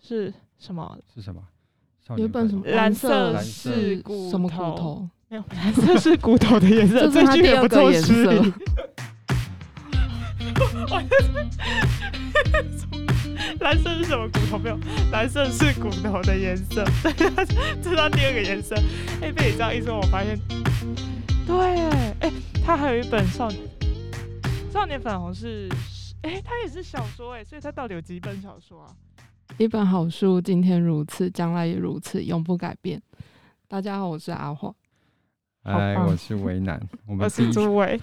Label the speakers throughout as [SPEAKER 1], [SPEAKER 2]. [SPEAKER 1] 是什么？
[SPEAKER 2] 是什么？少
[SPEAKER 3] 有一
[SPEAKER 2] 年
[SPEAKER 3] 本什
[SPEAKER 2] 哦
[SPEAKER 3] 么
[SPEAKER 1] 蓝
[SPEAKER 3] 色
[SPEAKER 2] 蓝
[SPEAKER 1] 是
[SPEAKER 3] 是
[SPEAKER 1] 骨
[SPEAKER 3] 嗯什么
[SPEAKER 1] 头
[SPEAKER 3] 骨头？
[SPEAKER 1] 没有， 蓝色是骨头的颜色，
[SPEAKER 3] 这是它
[SPEAKER 1] 句
[SPEAKER 3] 第
[SPEAKER 1] 也
[SPEAKER 3] 二
[SPEAKER 1] 不
[SPEAKER 3] 个
[SPEAKER 1] 够
[SPEAKER 3] 颜
[SPEAKER 1] 失
[SPEAKER 3] 色
[SPEAKER 1] 礼。我 蓝色是什么骨头？没有，蓝色是骨头的颜色。 对，它是这是它第二个颜色。哎、被你这样一说，我发现，对，哎、他还有一本少年少年粉红是，哎、他也是小说哎、所以他到底有几本小说啊？
[SPEAKER 3] 一本好书，今天如此，将来也如此，永不改变。大家好，我是阿华。
[SPEAKER 1] 好
[SPEAKER 2] 哎，
[SPEAKER 1] 棒
[SPEAKER 2] 我是为难，我们
[SPEAKER 1] 我是
[SPEAKER 2] 第一
[SPEAKER 1] 朱 伟。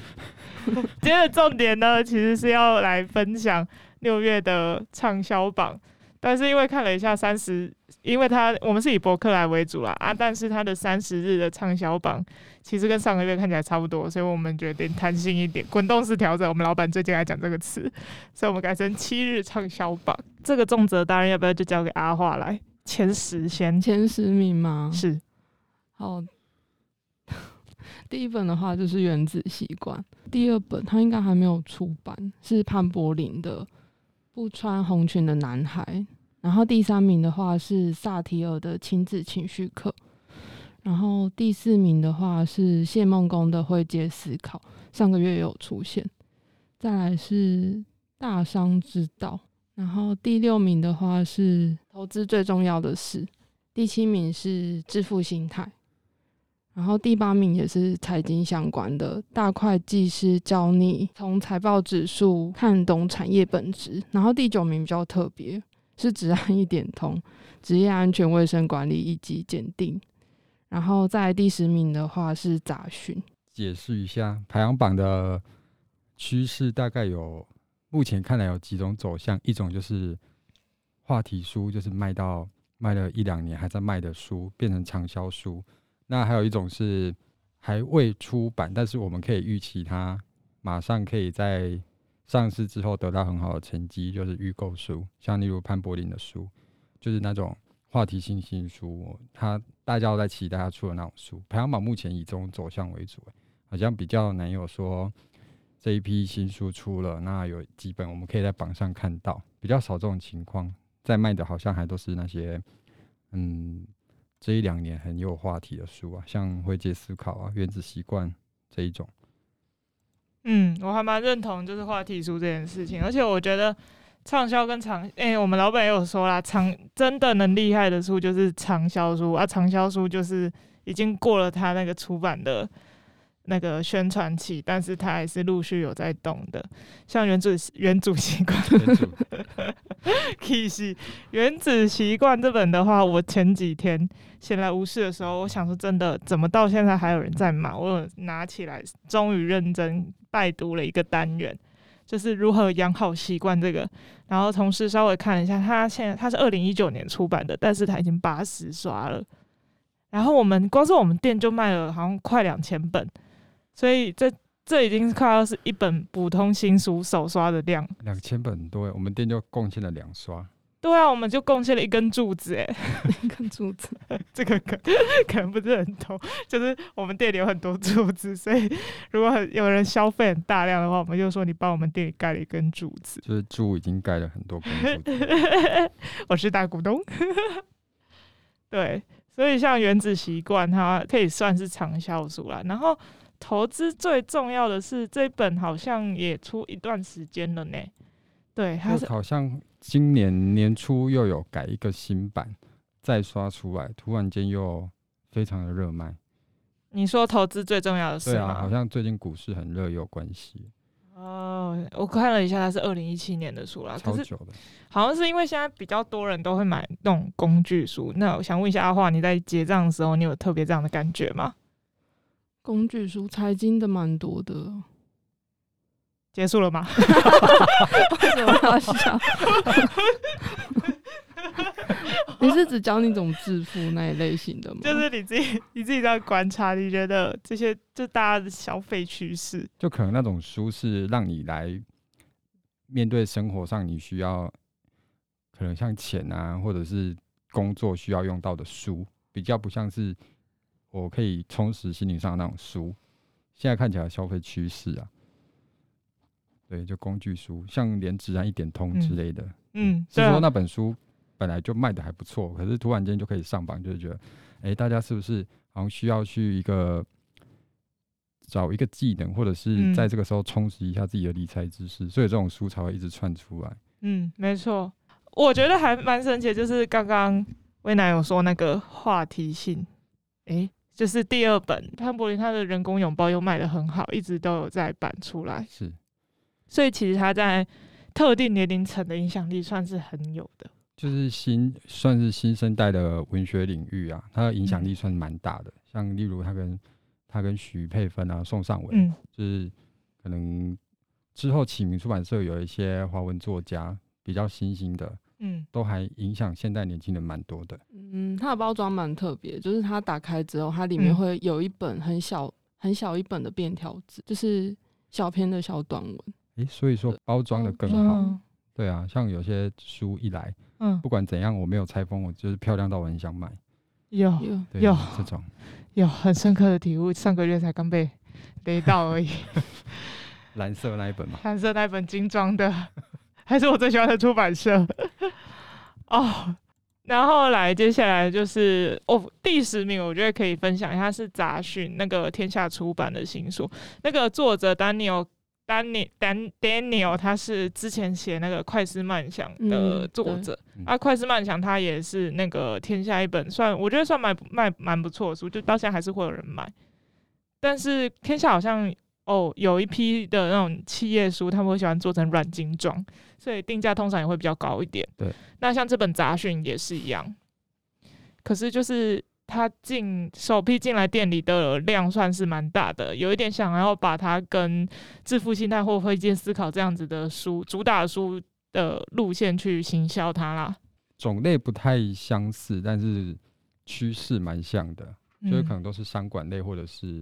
[SPEAKER 1] 今天的重点呢，其实是要来分享六月的畅销榜，但是因为看了一下三十，因为它我们是以博客来为主啦啊，但是它的三十日的畅销榜其实跟上个月看起来差不多，所以我们决定贪心一点，滚动式调整。我们老板最近爱讲这个词，所以我们改成七日畅销榜。这个重责当然要不要就交给阿华来前十先
[SPEAKER 3] 前十名吗？
[SPEAKER 1] 是
[SPEAKER 3] 好， 第一本的话就是《原子习惯》，第二本它应该还没有出版，是潘柏林的《不穿红裙的男孩》。然后第三名的话是萨提尔的《亲子情绪课》，然后第四名的话是谢梦工的《会街思考》，上个月也有出现。再来是《大商之道》，然后第六名的话是《投资最重要的事》，第七名是《致富心态》。然后第八名也是财经相关的，大会计师教你从财报指数看懂产业本质。然后第九名比较特别，是职安一点通，职业安全卫生管理以及检定。然后在第十名的话是杂讯，
[SPEAKER 2] 解释一下排行榜的趋势，大概有目前看来有几种走向，一种就是话题书，就是卖到卖了一两年还在卖的书，变成畅销书；那还有一种是还未出版，但是我们可以预期它马上可以在上市之后得到很好的成绩，就是预购书，像例如潘柏林的书，就是那种话题性新书，它大家都在期待它出的那种书。排行榜目前以这种走向为主、好像比较难有说这一批新书出了，那有几本我们可以在榜上看到，比较少这种情况。在卖的好像还都是那些，嗯，这一两年很有话题的书啊，像《会界思考》啊，《原子习惯》这一种。
[SPEAKER 1] 嗯，我还蛮认同就是话题书这件事情，而且我觉得畅销跟长，诶、我们老板也有说啦，长真的能厉害的书就是畅销书啊，畅销书就是已经过了他那个出版的那个宣传期，但是他还是陆续有在动的，像原主原主习惯
[SPEAKER 2] 原主
[SPEAKER 1] K 系《原子习惯》这本的话，我前几天闲来无事的时候，我想说真的，怎么到现在还有人在买？我有拿起来，终于认真拜读了一个单元，就是如何养好习惯这个。然后同事稍微看了一下，它现在它是二零一九年出版的，但是它已经八十刷了。然后我们光是我们店就卖了好像快两千本，所以这这已经快要是一本普通新书首刷的量。
[SPEAKER 2] 两千本很多耶，我们店就贡献了两刷。
[SPEAKER 1] 对啊，我们就贡献了一根柱子，哎，
[SPEAKER 3] 看柱子。
[SPEAKER 1] 这个可可能不是很懂，就是我们店里有很多柱子，所以如果很有人消费很大量的话，我们就说你帮我们店里盖了一根柱子。
[SPEAKER 2] 就是猪已经盖了很多公 主
[SPEAKER 1] 我是大股东。 对，所以像《原子习惯》它可以算是畅销书啦。然后投资最重要的是这本好像也出一段时间了呢。对，它是
[SPEAKER 2] 好像今年年初又有改一个新版，再刷出来，突然间又非常的热卖。
[SPEAKER 1] 你说投资最重要的
[SPEAKER 2] 对
[SPEAKER 1] 事
[SPEAKER 2] 啊，
[SPEAKER 1] 吗
[SPEAKER 2] 好？像最近股市很热也有关系，
[SPEAKER 1] 哦，我看了一下，它是二零一七年的书啦，啊可
[SPEAKER 2] 超
[SPEAKER 1] 是
[SPEAKER 2] 久的。
[SPEAKER 1] 好像是因为现在比较多人都会买那种工具书。那我想问一下阿华，你在结账的时候，你有特别这样的感觉吗？
[SPEAKER 3] 工具书、财经的蛮多的，
[SPEAKER 1] 结束了吗？
[SPEAKER 3] 为什么要笑？ 你是只教你怎么致富那一类型的吗？
[SPEAKER 1] 就是你自己 你自己在观察，你觉得这些就大家的消费趋势，
[SPEAKER 2] 就可能那种书是让你来面对生活上你需要，可能像钱啊，或者是工作需要用到的书，比较不像是我可以充实心灵上的那种书。现在看起来消费趋势啊，对，就工具书，像连直然一点通之
[SPEAKER 1] 嗯
[SPEAKER 2] 类的，
[SPEAKER 1] 嗯，
[SPEAKER 2] 是
[SPEAKER 1] 对啊
[SPEAKER 2] 说那本书本来就卖的还不错，可是突然间就可以上榜，就是觉得，哎、大家是不是好像需要去一个找一个技能，或者
[SPEAKER 1] 嗯
[SPEAKER 2] 是在这个时候充实一下自己的理财知识，所以这种书才会一直窜出来。
[SPEAKER 1] 嗯，没错，我觉得还蛮神奇的，就是刚刚魏楠有说那个话题性，诶、就是第二本潘柏林他的人工拥抱又卖的很好，一直都有在版出来，
[SPEAKER 2] 是，
[SPEAKER 1] 所以其实他在特定年龄层的影响力算是很有的。
[SPEAKER 2] 就是新算是新生代的文学领域啊，它的影响
[SPEAKER 1] 嗯
[SPEAKER 2] 力算是蛮大的。像例如他跟他跟许佩芬啊、宋尚伟，
[SPEAKER 1] 嗯
[SPEAKER 2] 就是可能之后启明出版社有一些华文作家比较新兴的，
[SPEAKER 1] 嗯
[SPEAKER 2] 都还影响现代年轻人蛮多的。
[SPEAKER 3] 嗯，它的包装蛮特别，就是它打开之后，它里面
[SPEAKER 1] 嗯
[SPEAKER 3] 会有一本很小、很小一本的便条纸，就是小篇的小短文。
[SPEAKER 2] 诶、所以说包装的更
[SPEAKER 3] 嗯
[SPEAKER 2] 好。
[SPEAKER 1] 嗯
[SPEAKER 2] 对啊，像有些书一来，
[SPEAKER 1] 嗯，
[SPEAKER 2] 不管怎样，我没有拆封，我就是漂亮到我很想买。
[SPEAKER 1] 有
[SPEAKER 3] 有
[SPEAKER 2] 对
[SPEAKER 1] 哟，
[SPEAKER 2] 这种
[SPEAKER 1] 有很深刻的体悟，上个月才刚被雷到而已。
[SPEAKER 2] 蓝色那一本嘛，
[SPEAKER 1] 蓝色那本精装的，还是我最喜欢的出版社哦。然后来，接下来就是哦，第十名，我觉得可以分享一下是杂讯那个天下出版的新书，那个作者丹尼尔丹尼丹 Daniel，他是之前写那个《快思慢想》的
[SPEAKER 3] 嗯
[SPEAKER 1] 作者、
[SPEAKER 2] 对
[SPEAKER 1] 啊，《快思慢想》他也是那个天下一本算我觉得算蛮卖蛮不错的书，就到现在还是会有人买。但是天下好像哦，有一批的那种企业书，他们会喜欢做成软精装，所以定价通常也会比较高一点。
[SPEAKER 2] 对，
[SPEAKER 1] 那像这本杂讯也是一样，可是就是它进首批进来店里的量算是蛮大的，有一点想要把它跟《致富心态》或《会见思考》这样子的书主打书的路线去行销它啦。
[SPEAKER 2] 种类不太相似，但是趋势蛮像的。就是可
[SPEAKER 1] 嗯、
[SPEAKER 2] 能都是商管类或者是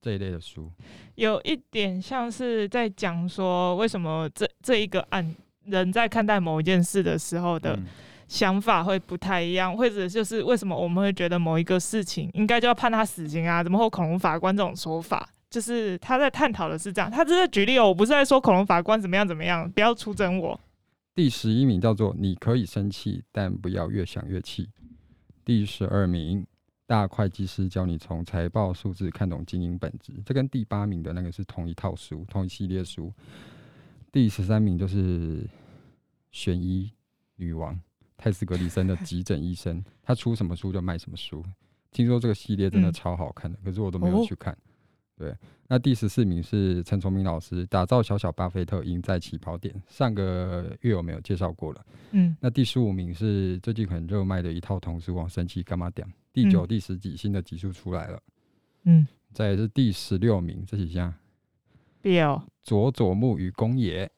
[SPEAKER 2] 这一类的书。
[SPEAKER 1] 有一点像是在讲说，为什么这这一个案人在看待某一件事的时候的
[SPEAKER 2] 嗯
[SPEAKER 1] 想法会不太一样，或者就是为什么我们会觉得某一个事情应该就要判他死刑啊？怎么会有恐龙法官这种说法？就是他在探讨的是这样，他只是举例哦，我不是在说恐龙法官怎么样怎么样，不要出征我。
[SPEAKER 2] 第十一名叫做“你可以生气，但不要越想越气”。第十二名，大会计师教你从财报数字看懂经营本质，这跟第八名的那个是同一套书，同一系列书。第十三名就是悬疑女王泰斯格里森的《急诊医生》，他出什么书就卖什么书。听说这个系列真的
[SPEAKER 1] 嗯
[SPEAKER 2] 超好看的，可是我都没有
[SPEAKER 1] 哦
[SPEAKER 2] 去看。对，那第十四名是陈崇明老师，《打造小小巴菲特，赢在起跑点》，上个月我们有介绍过了。
[SPEAKER 1] 嗯
[SPEAKER 2] 那第十五名是最近很热卖的一套童书网神奇干嘛点？第九、
[SPEAKER 1] 嗯
[SPEAKER 2] 第十几新的集数出来了，
[SPEAKER 1] 嗯
[SPEAKER 2] 再来是第十六名，这几项
[SPEAKER 1] ，Bill，
[SPEAKER 2] 佐佐木与宫野，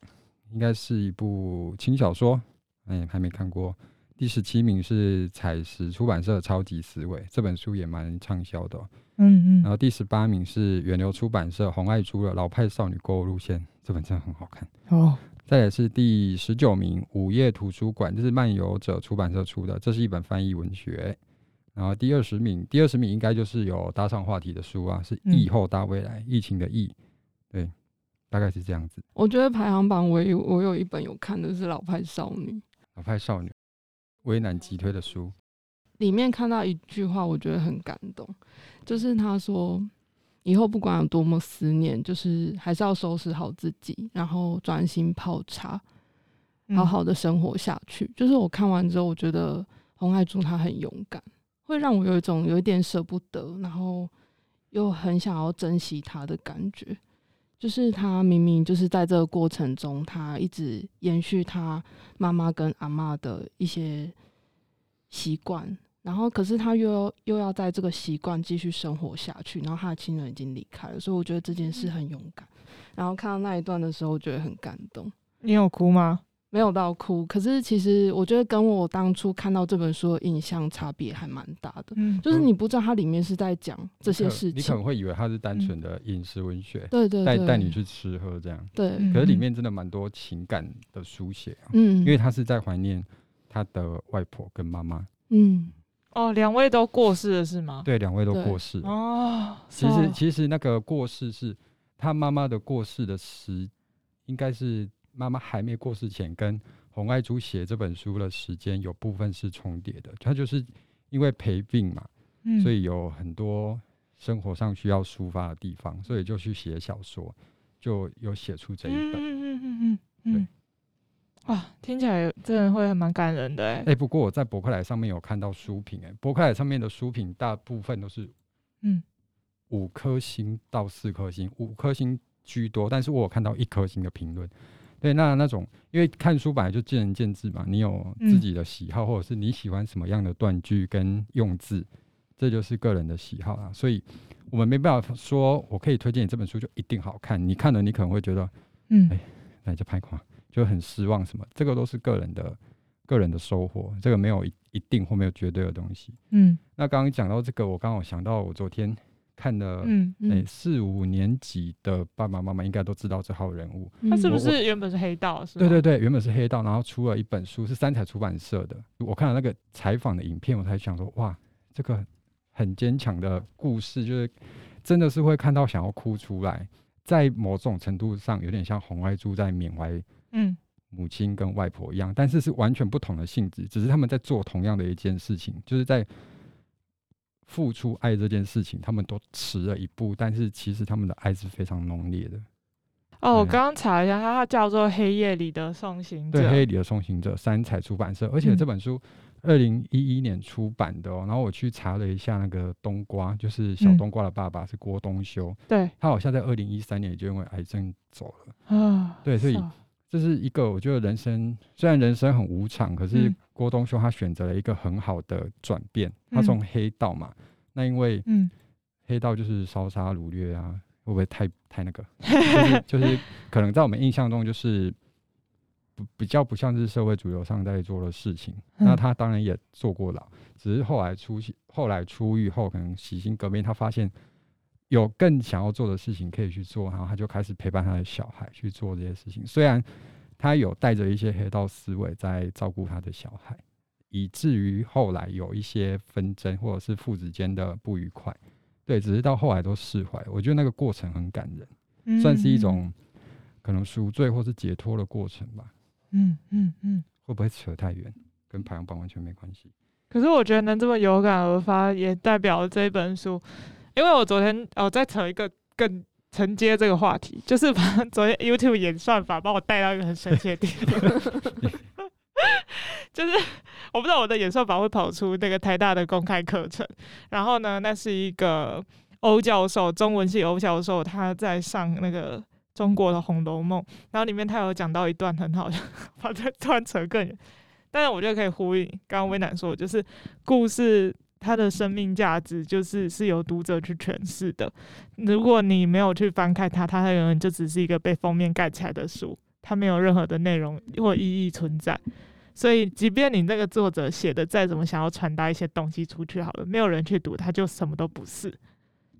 [SPEAKER 2] 应该是一部轻小说，哎、还没看过。第十七名是采石出版社《超级思维》这本书也蛮畅销的哦、
[SPEAKER 1] 嗯
[SPEAKER 2] 然，后第十八名是源流出版社红爱珠的《老派少女购物路线》，这本真的很好看。
[SPEAKER 1] 哦，
[SPEAKER 2] 再来是第十九名，午夜图书馆，这是漫游者出版社出的，这是一本翻译文学。然后第二十名，第二十名应该就是有搭上话题的书啊，是《
[SPEAKER 1] 嗯
[SPEAKER 2] 疫后大未来》，疫情的疫，对，大概是这样子。
[SPEAKER 3] 我觉得排行榜我有我有一本有看的是《老派少女》，
[SPEAKER 2] 老派少女，危难击推的书，
[SPEAKER 3] 里面看到一句话，我觉得很感动，就是他说：“以后不管有多么思念，就是还是要收拾好自己，然后专心泡茶，
[SPEAKER 1] 嗯
[SPEAKER 2] 嗯
[SPEAKER 3] 好好的生活下去。就是我看完之后，我觉得红海珠她很勇敢，会让我有一种有一点舍不得，然后又很想要珍惜她的感觉。就是她明明就是在这个过程中，她一直延续她妈妈跟阿嬷的一些习惯，然后可是她又要又要在这个习惯继续生活下去，然后她的亲人已经离开了，所以我觉得这件事很勇敢。然后看到那一段的时候，我觉得很感动。
[SPEAKER 1] 你有哭吗？
[SPEAKER 3] 没有到哭，可是其实我觉得跟我当初看到这本书的印象差别还蛮大的，
[SPEAKER 1] 嗯，
[SPEAKER 3] 就是你不知道它里面是在讲这些事
[SPEAKER 2] 你可
[SPEAKER 3] 情
[SPEAKER 2] 能，会以为它是单
[SPEAKER 1] 嗯
[SPEAKER 2] 纯的饮食文学，
[SPEAKER 3] 对对
[SPEAKER 2] 带
[SPEAKER 3] 对，
[SPEAKER 2] 带你去吃喝这样，
[SPEAKER 3] 对，
[SPEAKER 1] 嗯
[SPEAKER 2] 可是里面真的蛮多情感的书写啊，
[SPEAKER 3] 嗯，
[SPEAKER 2] 因为他是在怀念他的外婆跟妈妈，
[SPEAKER 3] 嗯
[SPEAKER 1] 哦，两位都过世了是吗？
[SPEAKER 2] 对，两位都
[SPEAKER 3] 对
[SPEAKER 2] 过世了。
[SPEAKER 1] 哦，
[SPEAKER 2] 其
[SPEAKER 1] 是
[SPEAKER 2] 实
[SPEAKER 1] 哦
[SPEAKER 2] 其实那个过世是他妈妈的过世的时，应该是妈妈还没过世前跟红爱珠写这本书的时间有部分是重叠的，他就是因为陪病嘛，
[SPEAKER 1] 嗯
[SPEAKER 2] 所以有很多生活上需要抒发的地方，所以就去写小说，就有写出这一
[SPEAKER 1] 嗯
[SPEAKER 2] 本。哎、
[SPEAKER 1] 嗯嗯嗯嗯嗯，哇，听起来真的会还蛮感人的哎、
[SPEAKER 2] 不过我在博客来上面有看到书评，哎，博客来上面的书评大部分都是
[SPEAKER 1] 嗯，
[SPEAKER 2] 五颗星到四颗星，五颗星居多，但是我有看到一颗星的评论。对，那那种因为看书本来就见仁见智嘛，你有自
[SPEAKER 1] 嗯
[SPEAKER 2] 己的喜好，或者是你喜欢什么样的断句跟用字，这就是个人的喜好啊。所以我们没办法说我可以推荐你这本书就一定好看，你看了你可能会觉得
[SPEAKER 1] 嗯
[SPEAKER 2] 哎那你就拍垮，就很失望什么，这个都是个人的个人的收获，这个没有一一定或没有绝对的东西。
[SPEAKER 1] 嗯
[SPEAKER 2] 那刚刚讲到这个，我刚好想到我昨天看的
[SPEAKER 1] 嗯，
[SPEAKER 3] 嗯
[SPEAKER 2] 诶、四五年级的爸爸妈妈应该都知道这号人物。
[SPEAKER 1] 他是不
[SPEAKER 3] 嗯
[SPEAKER 2] 我我
[SPEAKER 1] 是原本是黑道？是
[SPEAKER 2] 对
[SPEAKER 1] 吗
[SPEAKER 2] 对，对，原本是黑道，然后出了一本书，是三彩出版社的。我看了那个采访的影片，我才想说，哇，这个很坚强的故事，就是真的是会看到想要哭出来。在某种程度上，有点像红爱珠在缅怀
[SPEAKER 1] 嗯
[SPEAKER 2] 母亲跟外婆一样，但是是完全不同的性质，只是他们在做同样的一件事情，就是在付出爱这件事情，他们都迟了一步，但是其实他们的爱是非常浓烈的。
[SPEAKER 1] 哦，我
[SPEAKER 2] 对
[SPEAKER 1] 刚刚查了一下，它叫做《黑夜里的送行者
[SPEAKER 2] 对，《黑》里的送行者》三彩出版社，而且
[SPEAKER 1] 啊嗯
[SPEAKER 2] 这本书二零一一年出版的哦。然后我去查了一下，那个冬瓜就是小
[SPEAKER 1] 嗯
[SPEAKER 2] 冬瓜的爸爸是郭冬修，
[SPEAKER 1] 对
[SPEAKER 2] 他好像在二零一三年也就因为癌症走了。
[SPEAKER 1] 啊，
[SPEAKER 2] 对所以
[SPEAKER 1] 是哦
[SPEAKER 2] 这是一个我觉得人生虽然人生很无常，可是
[SPEAKER 1] 嗯
[SPEAKER 2] 郭东修他选择了一个很好的转变。他
[SPEAKER 1] 嗯
[SPEAKER 2] 从黑道嘛，那因为
[SPEAKER 1] 嗯
[SPEAKER 2] 黑道就是烧杀掳掠啊，会不会太太那个？ 就是就是可能在我们印象中就是不比较不像是社会主流上在做的事情。那
[SPEAKER 1] 嗯
[SPEAKER 2] 他当然也坐过牢，只是后来出现后来出狱后，可能洗心革面，他发现有更想要做的事情可以去做，然后他就开始陪伴他的小孩去做这些事情。虽然他有带着一些黑道思维在照顾他的小孩，以至于后来有一些纷争或者是父子间的不愉快。对，只是到后来都释怀，我觉得那个过程很感人，
[SPEAKER 1] 嗯
[SPEAKER 2] 算是一种可能赎罪或是解脱的过程吧。
[SPEAKER 1] 嗯嗯嗯嗯。
[SPEAKER 2] 会不会扯太远？跟排行榜完全没关系。
[SPEAKER 1] 可是我觉得能这么有感而发，也代表了这本书。因为我昨天哦，再扯一个更承接这个话题，就是把昨天 YouTube 演算法把我带到一个很神奇的地方， 就是我不知道我的演算法会跑出那个台大的公开课程，然后呢，那是一个欧教授，中文系欧教授，他在上那个。中国的《红楼梦》，然后里面他有讲到一段很好笑， 把这突然扯更远，但是我觉得可以呼应刚刚微南说的，就是故事它的生命价值就是是由读者去诠释的。如果你没有去翻开它，它永远就只是一个被封面盖起来的书，它没有任何的内容或意义存在。所以，即便你那个作者写的再怎么想要传达一些东西出去，好了，没有人去读，它就什么都不是。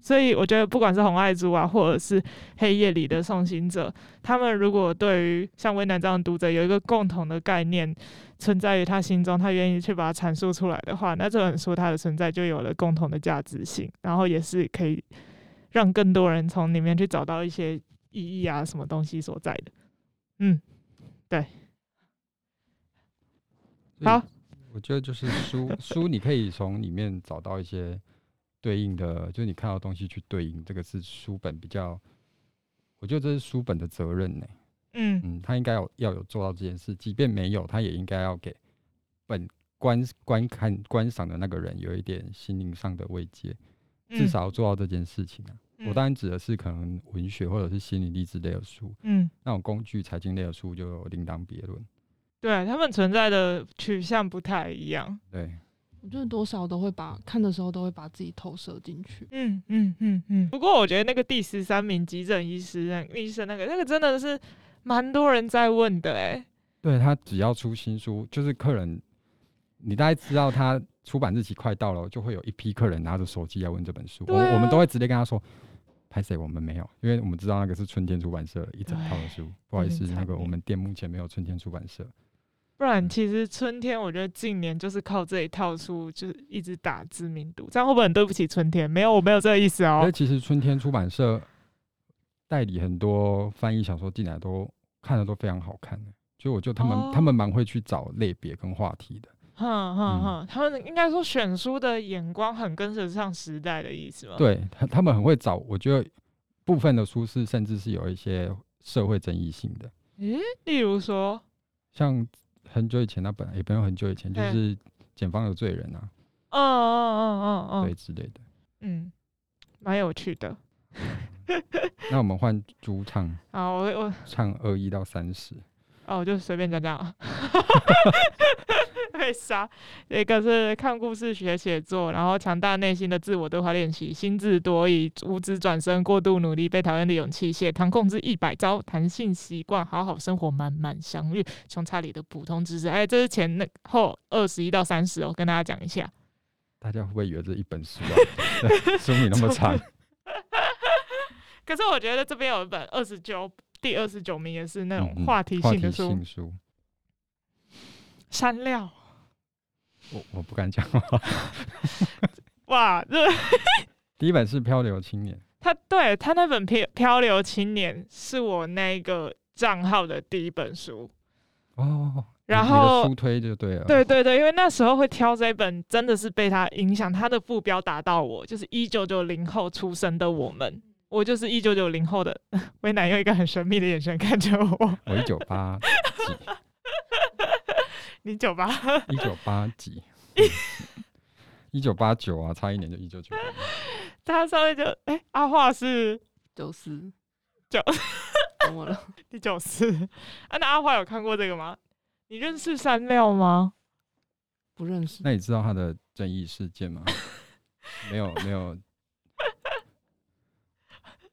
[SPEAKER 1] 所以，我觉得不管是红爱珠啊，或者是黑夜里的送行者，他们如果对于像威南这样的读者有一个共同的概念，存在于他心中，他愿意去把它阐述出来的话，那这本书它的存在就有了共同的价值性，然后也是可以让更多人从里面去找到一些意义啊，什么东西所在的。嗯，
[SPEAKER 2] 嗯
[SPEAKER 1] 好，
[SPEAKER 2] 我觉得就是书书，你可以从里面找到一些对应的，就是你看到的东西去对应，这个是书本比较，我觉得这是书本的责任呢、
[SPEAKER 1] 嗯
[SPEAKER 2] 嗯，他应该有要有做到这件事，即便没有，他也应该要给本观观看观赏的那个人有一点心灵上的慰藉，
[SPEAKER 1] 嗯，
[SPEAKER 2] 至少要做到这件事情啊。我当
[SPEAKER 1] 然，
[SPEAKER 2] 然指的是可能文学或者是心理励志类的书，
[SPEAKER 1] 嗯，
[SPEAKER 2] 那种工具财经类的书就另当别论。
[SPEAKER 1] 对他们存在的取向不太一样。
[SPEAKER 2] 对，
[SPEAKER 3] 我觉得多少都会把看的时候都会把自己投射进去。
[SPEAKER 1] 嗯嗯嗯嗯。不过我觉得那个第十三名急诊医师那医生那个那个真的是蛮多人在问的哎、
[SPEAKER 2] 对他只要出新书，就是客人，你大概知道他出版日期快到了，就会有一批客人拿着手机来问这本书，我
[SPEAKER 1] 对
[SPEAKER 2] 们
[SPEAKER 1] 啊
[SPEAKER 2] 我们都会直接跟他说。拍谁？我们没有，因为我们知道那个是春天出版社一整套的书。不好
[SPEAKER 1] 有
[SPEAKER 2] 意
[SPEAKER 1] 点
[SPEAKER 2] 思，那
[SPEAKER 1] 惨
[SPEAKER 2] 个
[SPEAKER 1] 欸
[SPEAKER 2] 我们店目前没有春天出版社。
[SPEAKER 1] 不然，
[SPEAKER 2] 嗯
[SPEAKER 1] 其实春天我觉得近年就是靠这一套书，就是一直打知名度，这样会不会很对不起春天？没有，我没有这个意思
[SPEAKER 2] 但
[SPEAKER 1] 哦。
[SPEAKER 2] 其实春天出版社代理很多翻译小说进来都看的都非常好看的，就我就他们、他
[SPEAKER 1] 哦
[SPEAKER 2] 们蛮会去找类别跟话题的，
[SPEAKER 1] 哼哼哼，他们应该说选书的眼光很跟得上时代的意思吗？，
[SPEAKER 2] 对他他们很会找，我觉得部分的书是甚至是有一些社会争议性的，
[SPEAKER 1] 诶，例如说，
[SPEAKER 2] 像很久以前那本也没有很久以前，就
[SPEAKER 1] 嗯
[SPEAKER 2] 是《检方的罪人》啊，
[SPEAKER 1] 嗯嗯嗯嗯
[SPEAKER 2] 对
[SPEAKER 1] 嗯，
[SPEAKER 2] 之类的。
[SPEAKER 1] 嗯，蛮有趣的。
[SPEAKER 2] 那我们换主唱，
[SPEAKER 1] 啊，我我
[SPEAKER 2] 唱二一到三十，
[SPEAKER 1] 哦，我就随便讲讲啊，被杀。一个是看故事学写作，然后强大内心的自我对话练习，心智多疑，无知转身，过度努力，被讨厌的勇气，血糖控制一百招，弹性习惯，好好生活，满满相遇，穷查理的普通知识。哎，这是前那后二十一到三十哦，跟大家讲一下。
[SPEAKER 2] 大家会不会以为这是一本书啊？ 对书名那么长，
[SPEAKER 1] 可是我觉得这边有一本二十九第二十九名也是那
[SPEAKER 2] 嗯
[SPEAKER 1] 种
[SPEAKER 2] 嗯
[SPEAKER 1] 话题
[SPEAKER 2] 话
[SPEAKER 1] 性的
[SPEAKER 2] 题
[SPEAKER 1] 书，
[SPEAKER 2] 性书，
[SPEAKER 1] 删料。
[SPEAKER 2] 我我不敢讲话。
[SPEAKER 1] 哇，这
[SPEAKER 2] 第一本是《漂流青年》，
[SPEAKER 1] 他对他那本《漂漂流青年》是我那个账号的第一本书。
[SPEAKER 2] 哦，
[SPEAKER 1] 然
[SPEAKER 2] 你你
[SPEAKER 1] 后
[SPEAKER 2] 的书推就对了，
[SPEAKER 1] 对，对对，因为那时候会挑这一本，真的是被他影响，他的副标打到我，就是一九九零后出生的我们。我就是一九九零后的，为难用一个很神秘的眼神看着我。
[SPEAKER 2] 哦我一九八几，
[SPEAKER 1] 你九八，
[SPEAKER 2] 一九八几，嗯一九八九啊，差一年就一九九零。
[SPEAKER 1] 他稍微就哎、阿华是
[SPEAKER 3] 九 四
[SPEAKER 1] 九，
[SPEAKER 3] 怎么了？
[SPEAKER 1] 第九四 啊，那阿华有看过这个吗？你认识山料吗？
[SPEAKER 3] 不认识。
[SPEAKER 2] 那你知道他的争议事件吗？没有，没有，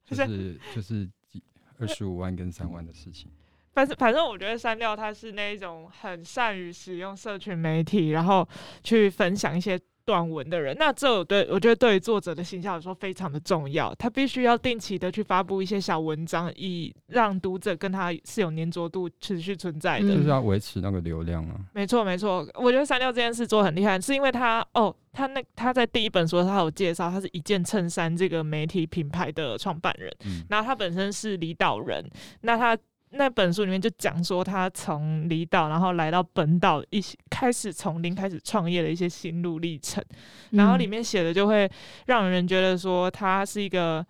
[SPEAKER 2] 就
[SPEAKER 1] 不
[SPEAKER 2] 是就是几二十五万跟三万的事情。
[SPEAKER 1] 反正反正，我觉得山料他是那一种很善于使用社群媒体，然后去分享一些短文的人。那这有对我觉得对于作者的形象来说非常的重要，他必须要定期的去发布一些小文章，以让读者跟他是有粘着度持续存在的。
[SPEAKER 2] 就是
[SPEAKER 3] 嗯
[SPEAKER 2] 要维持那个流量啊。
[SPEAKER 1] 没错，没错，我觉得三料这件事做得很厉害，是因为他哦，他那他在第一本书他有介绍，他是一件衬衫这个媒体品牌的创办人。
[SPEAKER 2] 嗯，
[SPEAKER 1] 然后他本身是离岛人，那他那本书里面就讲说他从离岛然后来到本岛，一起开始从零开始创业的一些心路历程。 然
[SPEAKER 3] 嗯
[SPEAKER 1] 后里面写的就会让人觉得说他是一个。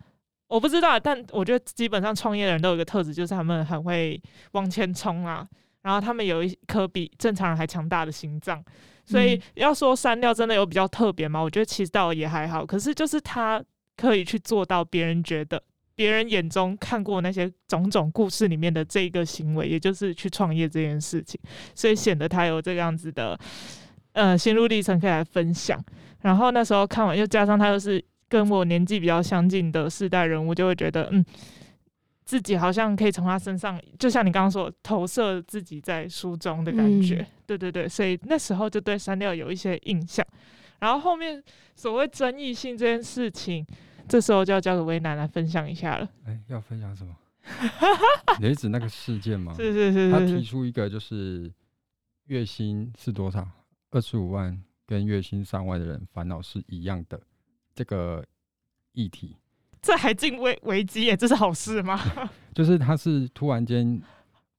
[SPEAKER 1] 我不知道，但我觉得基本上创业的人都有一个特质，就是他们很会往前冲啊，然后他们有一颗比正常人还强大的心脏，所以
[SPEAKER 3] 嗯
[SPEAKER 1] 要说删掉真的有比较特别吗？我觉得其实倒也还好，可是就是他可以去做到别人觉得、别人眼中看过那些种种故事里面的这个行为，也就是去创业这件事情，所以显得他有这样子的呃心路历程可以来分享。然后那时候看完，又加上他又是跟我年纪比较相近的世代人物，就会觉得嗯。自己好像可以从他身上，就像你刚刚说，投射自己在书中的感觉。
[SPEAKER 3] 嗯
[SPEAKER 1] 对对对，所以那时候就对删掉有一些印象。然后后面所谓争议性这件事情，这时候就要交给薇楠来分享一下了。
[SPEAKER 2] 哎、要分享什么？你是指那个事件吗？
[SPEAKER 1] 是是是
[SPEAKER 2] 他
[SPEAKER 1] 是
[SPEAKER 2] 提
[SPEAKER 1] 是，
[SPEAKER 2] 出一个就是月薪是多少？二十五万跟月薪三万的人烦恼是一样的这个议题，
[SPEAKER 1] 这还进危危机耶，这是好事吗？
[SPEAKER 2] 就是它是突然间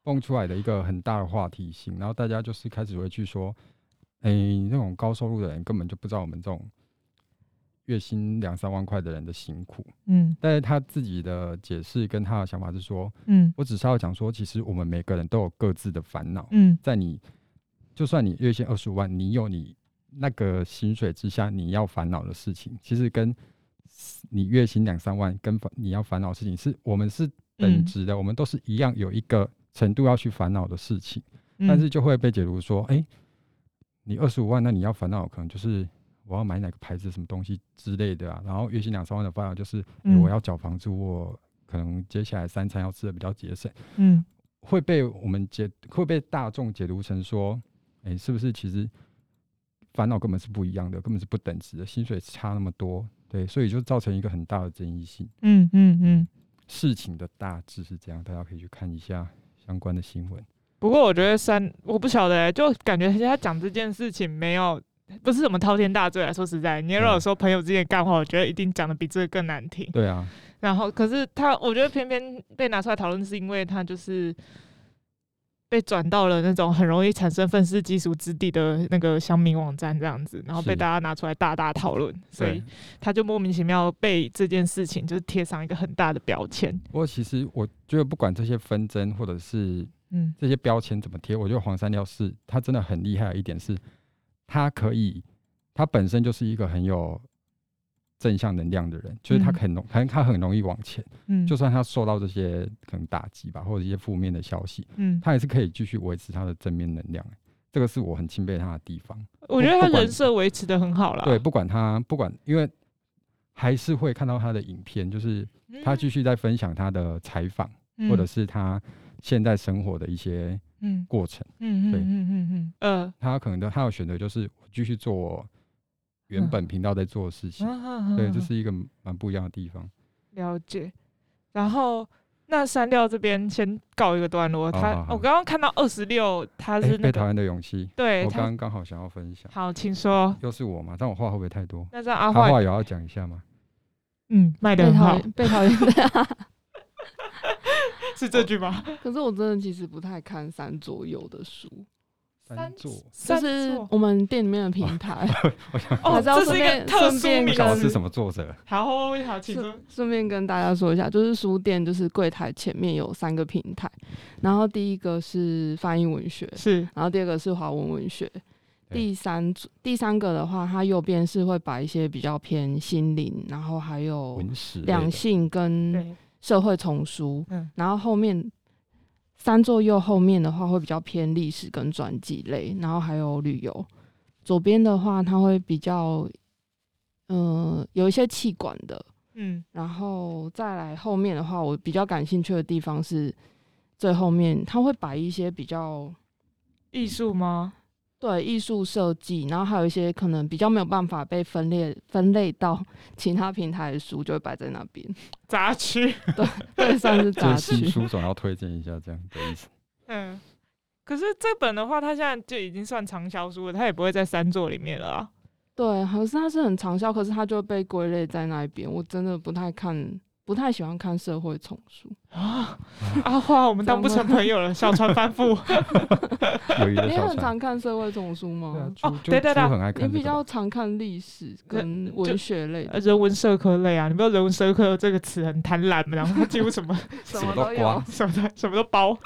[SPEAKER 2] 蹦出来的一个很大的话题性，然后大家就是开始会去说，哎、那种高收入的人根本就不知道我们这种月薪两三万块的人的辛苦。
[SPEAKER 1] 嗯
[SPEAKER 2] 但是他自己的解释跟他的想法是说，
[SPEAKER 1] 嗯
[SPEAKER 2] 我只是要讲说，其实我们每个人都有各自的烦恼，
[SPEAKER 1] 嗯
[SPEAKER 2] 在你就算你月薪二十五万，你有你那个薪水之下你要烦恼的事情，其实跟你月薪两三万跟烦你要烦恼的事情是我们是等
[SPEAKER 1] 嗯，
[SPEAKER 2] 值的，我们都是一样有一个程度要去烦恼的事情，
[SPEAKER 1] 嗯
[SPEAKER 2] 但是就会被解读说，哎、你二十五万，那你要烦恼可能就是。我要买哪个牌子、什么东西之类的啊？然后月薪两三万的烦恼就是，哎、
[SPEAKER 1] 嗯
[SPEAKER 2] 我要缴房租，我可能接下来三餐要吃的比较节省，
[SPEAKER 1] 嗯
[SPEAKER 2] 会被我们解会被大众解读成说，哎、是不是其实烦恼根本是不一样的，根本是不等值的，薪水差那么多，对，所以就造成一个很大的争议性。
[SPEAKER 1] 嗯嗯嗯。
[SPEAKER 2] 事情的大致是这样，大家可以去看一下相关的新闻。
[SPEAKER 1] 不过我觉得三，我不晓得耶，就感觉他讲这件事情没有。不是什么滔天大罪来啊说实在，你如果
[SPEAKER 2] 嗯
[SPEAKER 1] 说朋友之间的干话，我觉得一定讲的比这个更难听。
[SPEAKER 2] 对啊，
[SPEAKER 1] 然后，可是他，我觉得偏偏被拿出来讨论，是因为他就是被转到了那种很容易产生愤世嫉俗之地的那个乡民网站这样子，然后被
[SPEAKER 2] 是
[SPEAKER 1] 大家拿出来大大讨论，所以
[SPEAKER 2] 对，
[SPEAKER 1] 他就莫名其妙被这件事情就是贴上一个很大的标签。
[SPEAKER 2] 不过其实我觉得不管这些纷争或者是
[SPEAKER 1] 嗯，
[SPEAKER 2] 这些标签怎么贴，我觉得黄山料是它真的很厉害的一点是，它可以，它本身就是一个很有正向能量的人，就是他
[SPEAKER 1] 嗯
[SPEAKER 2] 很容，很他很容易往前，
[SPEAKER 1] 嗯
[SPEAKER 2] 就算他受到这些可能打击吧，或者一些负面的消息，
[SPEAKER 1] 嗯，
[SPEAKER 2] 他还是可以继续维持他的正面能量。这个是我很钦佩他的地方。
[SPEAKER 1] 我觉得他
[SPEAKER 2] 不管
[SPEAKER 1] 人设维持的很好啦。
[SPEAKER 2] 对，不管他不管，因为还是会看到他的影片，就是
[SPEAKER 1] 嗯，
[SPEAKER 2] 他继续在分享他的采访，
[SPEAKER 1] 嗯，
[SPEAKER 2] 或者是他现在生活的一些
[SPEAKER 1] 嗯
[SPEAKER 2] 过程。
[SPEAKER 1] 嗯嗯
[SPEAKER 2] 对
[SPEAKER 1] 嗯嗯嗯嗯
[SPEAKER 2] 他可能的他的选择就是我继续做我原
[SPEAKER 1] 嗯
[SPEAKER 2] 本频道在做的事情，
[SPEAKER 1] 呃，
[SPEAKER 2] 对，这
[SPEAKER 1] 就是
[SPEAKER 2] 一个蛮不一样的地方。
[SPEAKER 1] 了解。然后那删掉这边先告一个段落。
[SPEAKER 2] 好
[SPEAKER 1] 他
[SPEAKER 2] 哦好好
[SPEAKER 1] 我刚刚看到二十六，他
[SPEAKER 2] 哎
[SPEAKER 1] 是那
[SPEAKER 2] 被讨
[SPEAKER 1] 个
[SPEAKER 2] 厌的勇气，
[SPEAKER 1] 对
[SPEAKER 2] 我
[SPEAKER 1] 他
[SPEAKER 2] 刚刚好想要分享，
[SPEAKER 1] 好，请说。
[SPEAKER 2] 又是我嘛，但我话会不会太多？
[SPEAKER 1] 那这样阿
[SPEAKER 2] 他
[SPEAKER 1] 坏
[SPEAKER 2] 话也要讲一下吗？
[SPEAKER 1] 嗯卖的
[SPEAKER 3] 被
[SPEAKER 1] 很
[SPEAKER 3] 讨
[SPEAKER 1] 好，
[SPEAKER 3] 厌，被讨厌的。
[SPEAKER 1] 是这句吗？
[SPEAKER 3] 可是我真的其实不太看三左右的书，
[SPEAKER 2] 三座，
[SPEAKER 3] 就
[SPEAKER 1] 三
[SPEAKER 3] 是
[SPEAKER 1] 座
[SPEAKER 3] 我们店里面的平台，
[SPEAKER 1] 哦，
[SPEAKER 3] 还是要
[SPEAKER 1] 这
[SPEAKER 3] 顺
[SPEAKER 1] 是一个
[SPEAKER 3] 便
[SPEAKER 1] 特
[SPEAKER 3] 顺
[SPEAKER 1] 殊
[SPEAKER 3] 便
[SPEAKER 1] 名
[SPEAKER 3] 跟
[SPEAKER 2] 小
[SPEAKER 1] 词。
[SPEAKER 2] 是什么作者？
[SPEAKER 1] 好好，请说
[SPEAKER 3] 顺。顺便跟大家说一下，就是书店就是柜台前面有三个平台，然后第一个是翻译文学，
[SPEAKER 1] 是
[SPEAKER 3] 然后第二个是华文文学，
[SPEAKER 2] 对
[SPEAKER 3] 第三组第三个的话，它右边是会把一些比较偏心灵，然后还
[SPEAKER 1] 哦
[SPEAKER 3] 有
[SPEAKER 2] 文史类
[SPEAKER 3] 两
[SPEAKER 2] 的
[SPEAKER 3] 性跟
[SPEAKER 1] 对，
[SPEAKER 3] 社会丛书，
[SPEAKER 1] 嗯
[SPEAKER 3] 然后后面三座右后面的话会比较偏历史跟传记类，然后还有旅游。左边的话，它会比较，呃，有一些气管的，
[SPEAKER 1] 嗯
[SPEAKER 3] 然后再来后面的话，我比较感兴趣的地方是最后面，它会摆一些比较
[SPEAKER 1] 艺术吗？
[SPEAKER 3] 对艺术设计，然后还有一些可能比较没有办法被分裂分类到 其他平台的书，就会摆在那边，
[SPEAKER 1] 杂区。
[SPEAKER 3] 对，算啊是
[SPEAKER 2] 这
[SPEAKER 3] 杂
[SPEAKER 2] 些新
[SPEAKER 3] 区。
[SPEAKER 2] 书总要推荐一下这样的意思。
[SPEAKER 1] 嗯。可是这本的话，它现在就已经算畅销书了，它也不会在三座里面了啊。
[SPEAKER 3] 对，可是它是很长效，可是它就被归类在那一边。我真的不太看，不太喜欢看社会丛书。
[SPEAKER 1] 啊，阿花，我们当不成朋友了，小船翻 覆。
[SPEAKER 2] 有一个
[SPEAKER 3] 你
[SPEAKER 2] 小
[SPEAKER 3] 很
[SPEAKER 2] 船
[SPEAKER 3] 常看社会丛书
[SPEAKER 2] 对啊
[SPEAKER 3] 吗？
[SPEAKER 2] 猪
[SPEAKER 1] 哦
[SPEAKER 2] 就
[SPEAKER 1] 对对
[SPEAKER 2] 猪
[SPEAKER 1] 对
[SPEAKER 2] 很爱
[SPEAKER 3] 你
[SPEAKER 2] 看这
[SPEAKER 3] 比
[SPEAKER 2] 个吧。
[SPEAKER 3] 较常看历史跟
[SPEAKER 1] 就
[SPEAKER 3] 文学类
[SPEAKER 2] 呃
[SPEAKER 3] 的，
[SPEAKER 1] 人文社科类啊，你不知道人文社科这个词很贪婪嘛，然后它几乎什么
[SPEAKER 3] 什
[SPEAKER 2] 么
[SPEAKER 3] 么
[SPEAKER 2] 都
[SPEAKER 3] 都
[SPEAKER 2] 刮
[SPEAKER 3] 有。
[SPEAKER 1] 什么都什么都包。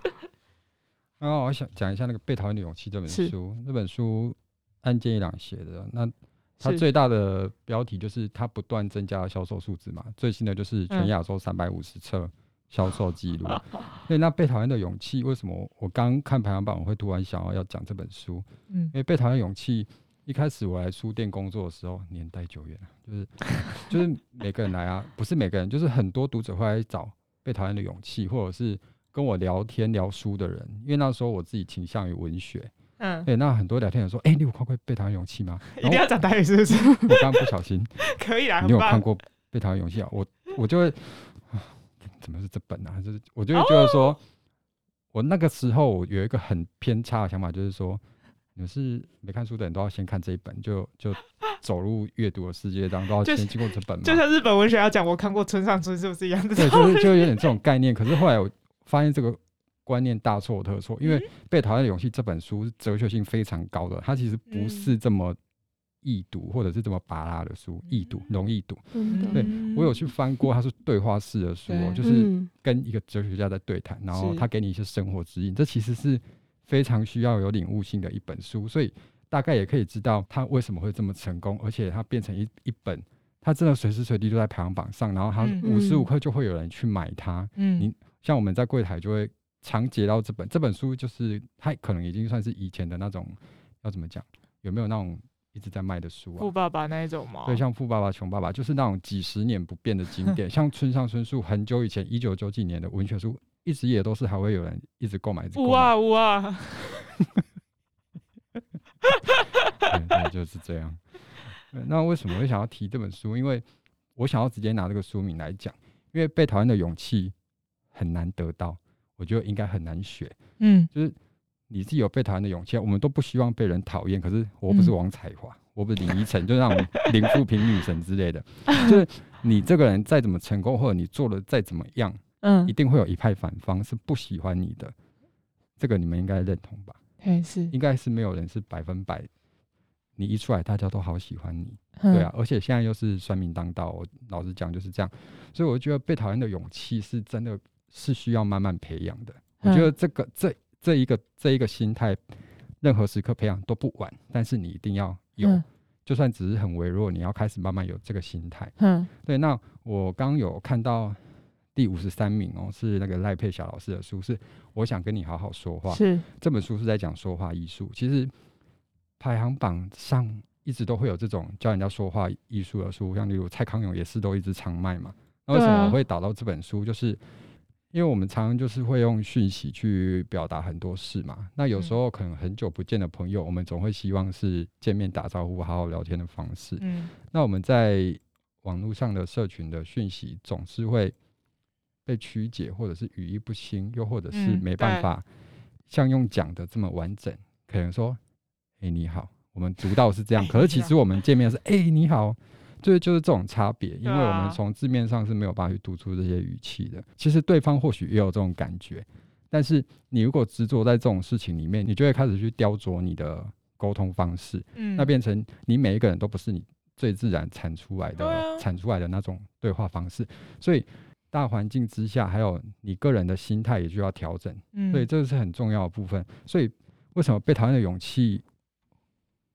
[SPEAKER 2] 然后我想讲一下那个《被讨厌的勇气》这本
[SPEAKER 1] 是
[SPEAKER 2] 书，那本书岸见一郎写的。那它
[SPEAKER 1] 是
[SPEAKER 2] 最大的标题就是它不断增加销售数字嘛，最新的就是全
[SPEAKER 1] 嗯
[SPEAKER 2] 亚洲三百五十册销售记 录。所以那《被讨厌的勇气》为什么我刚看排行榜，我会突然想要要讲这本书？
[SPEAKER 1] 嗯
[SPEAKER 2] 因为《被讨厌的勇气》一开始我来书店工作的时候，年代久远了，就是就是每个人来啊，不是每个人，就是很多读者会来找《被讨厌的勇气》，或者是跟我聊天聊书的人，因为那时候我自己倾向于文学，
[SPEAKER 1] 嗯，
[SPEAKER 2] 对，那很多聊天人说，哎、你有看过《被讨厌的勇气》吗？
[SPEAKER 1] 一
[SPEAKER 2] 哎然
[SPEAKER 1] 定
[SPEAKER 2] 后
[SPEAKER 1] 要讲台语是不 是？
[SPEAKER 2] 我刚刚不小心，
[SPEAKER 1] 可以啦，
[SPEAKER 2] 你
[SPEAKER 1] 很
[SPEAKER 2] 有看
[SPEAKER 1] 棒。
[SPEAKER 2] 过《被讨厌的勇气》啊？我
[SPEAKER 1] 嗯
[SPEAKER 2] 我就会，啊怎么是这本啊？就是我就会觉
[SPEAKER 1] 哦
[SPEAKER 2] 得说，我那个时候我有一个很偏差的想法，就是说，你们是没看书的人都要先看这一本，就就走入阅读的世界当中，都
[SPEAKER 1] 就
[SPEAKER 2] 要
[SPEAKER 1] 是
[SPEAKER 2] 先经过这本嘛。
[SPEAKER 1] 就像日本文学要讲我看过村上春树是不是一样的
[SPEAKER 2] 对，
[SPEAKER 1] 道
[SPEAKER 2] 就
[SPEAKER 1] 理？
[SPEAKER 2] 是就有点这种概念。可是后来我发现这个观念大错特错，
[SPEAKER 1] 嗯
[SPEAKER 2] 因为《被讨厌的勇气》这本书是哲学性非常高的，它其实不
[SPEAKER 1] 嗯
[SPEAKER 2] 是这么易读或者是这么拔拉的书，易读
[SPEAKER 1] 嗯
[SPEAKER 2] 容易读。
[SPEAKER 3] 真的
[SPEAKER 2] 对我有去翻过，它是对话式的书、哦，
[SPEAKER 1] 对
[SPEAKER 2] 就是
[SPEAKER 3] 嗯
[SPEAKER 2] 跟一个哲学家在对谈，然后
[SPEAKER 1] 是
[SPEAKER 2] 他给你一些生活指引，这其实是非常需要有领悟性的一本书，所以大概也可以知道他为什么会这么成功，而且它变成一一本，它真的随时随地都在排行榜上，然后它
[SPEAKER 1] 嗯
[SPEAKER 2] 无时无
[SPEAKER 3] 嗯
[SPEAKER 2] 刻就会有人去买它。
[SPEAKER 1] 嗯
[SPEAKER 2] 你像我们在柜台就会常接到这本这本书，就是它可能已经算是以前的那种，要怎么讲，有没有那种一直在卖的书啊？
[SPEAKER 1] 富爸爸那一种嘛，
[SPEAKER 2] 对，像《富爸爸穷爸爸》就是那种几十年不变的经典，像村上春树很久以前一九九几年的文学书，一直也都是还会有人一直购买，一直购
[SPEAKER 1] 呜
[SPEAKER 2] 买，
[SPEAKER 1] 啊呜啊，
[SPEAKER 2] 对对就是这样。呃那为什么会想要提这本书？因为我想要直接拿这个书名来讲，因为被讨厌的勇气很难得到，我觉得应该很难学。
[SPEAKER 1] 嗯
[SPEAKER 2] 你自己有被讨厌的勇气啊，我们都不希望被人讨厌。可是我不是
[SPEAKER 1] 嗯
[SPEAKER 2] 王彩华，我不是林依晨，就是那种林富平女神之类的， 就是你这个人再怎么成功，或者你做的再怎么样。一
[SPEAKER 1] 嗯
[SPEAKER 2] 定会有一派反方是不喜欢你的。这个你们应该认同吧？
[SPEAKER 1] 嘿是，
[SPEAKER 2] 应该是没有人是百分百，你一出来大家都好喜欢你，
[SPEAKER 1] 嗯
[SPEAKER 2] 对啊，而且现在又是酸民当道，我老实讲就是这样，所以我觉得被讨厌的勇气是真的是需要慢慢培养的。我
[SPEAKER 1] 嗯，
[SPEAKER 2] 觉得这个这这一个这一个心态，任何时刻培养都不晚，但是你一定要有，
[SPEAKER 1] 嗯
[SPEAKER 2] 就算只是很微弱，你要开始慢慢有这个心态。
[SPEAKER 1] 嗯
[SPEAKER 2] 对，那我刚有看到第五十三名哦，是那个赖佩霞老师的书，是我想跟你好好说话。
[SPEAKER 1] 是，
[SPEAKER 2] 这本书是在讲说话艺术。其实排行榜上一直都会有这种教人家说话艺术的书，像例如蔡康永也是都一直常卖嘛。那为什
[SPEAKER 1] 对
[SPEAKER 2] 么
[SPEAKER 1] 啊
[SPEAKER 2] 我会打到这本书？就是因为我们常常就是会用讯息去表达很多事嘛。那
[SPEAKER 1] 嗯
[SPEAKER 2] 有时候可能很久不见的朋友，我们总会希望是见面打招呼、好好聊天的方式。
[SPEAKER 1] 嗯
[SPEAKER 2] 那我们在网络上的社群的讯息总是会被曲解，或者是语义不清，又或者是
[SPEAKER 1] 嗯
[SPEAKER 2] 没
[SPEAKER 1] 对
[SPEAKER 2] 办法像用讲的这么完整。可能说：“哎、你好。”我们读到 是这样，
[SPEAKER 1] 哎
[SPEAKER 2] 可是
[SPEAKER 1] 你
[SPEAKER 2] 其
[SPEAKER 1] 好
[SPEAKER 2] 实我们见面是“哎、你好”，就是就是这种差别，因
[SPEAKER 1] 对
[SPEAKER 2] 为我们
[SPEAKER 1] 啊
[SPEAKER 2] 从字面上是没有办法去读出这些语气的。其实对方或许也有这种感觉，但是你如果执着在这种事情里面，你就会开始去雕琢你的沟通方式。
[SPEAKER 1] 嗯，
[SPEAKER 2] 那变成你每一个人都不是你最自然产出来的、
[SPEAKER 1] 对啊
[SPEAKER 2] 产出来的那种对话方式，所以大环境之下，还有你个人的心态也就要调整，
[SPEAKER 1] 嗯，
[SPEAKER 2] 所以这是很重要的部分。所以为什么被讨厌的勇气，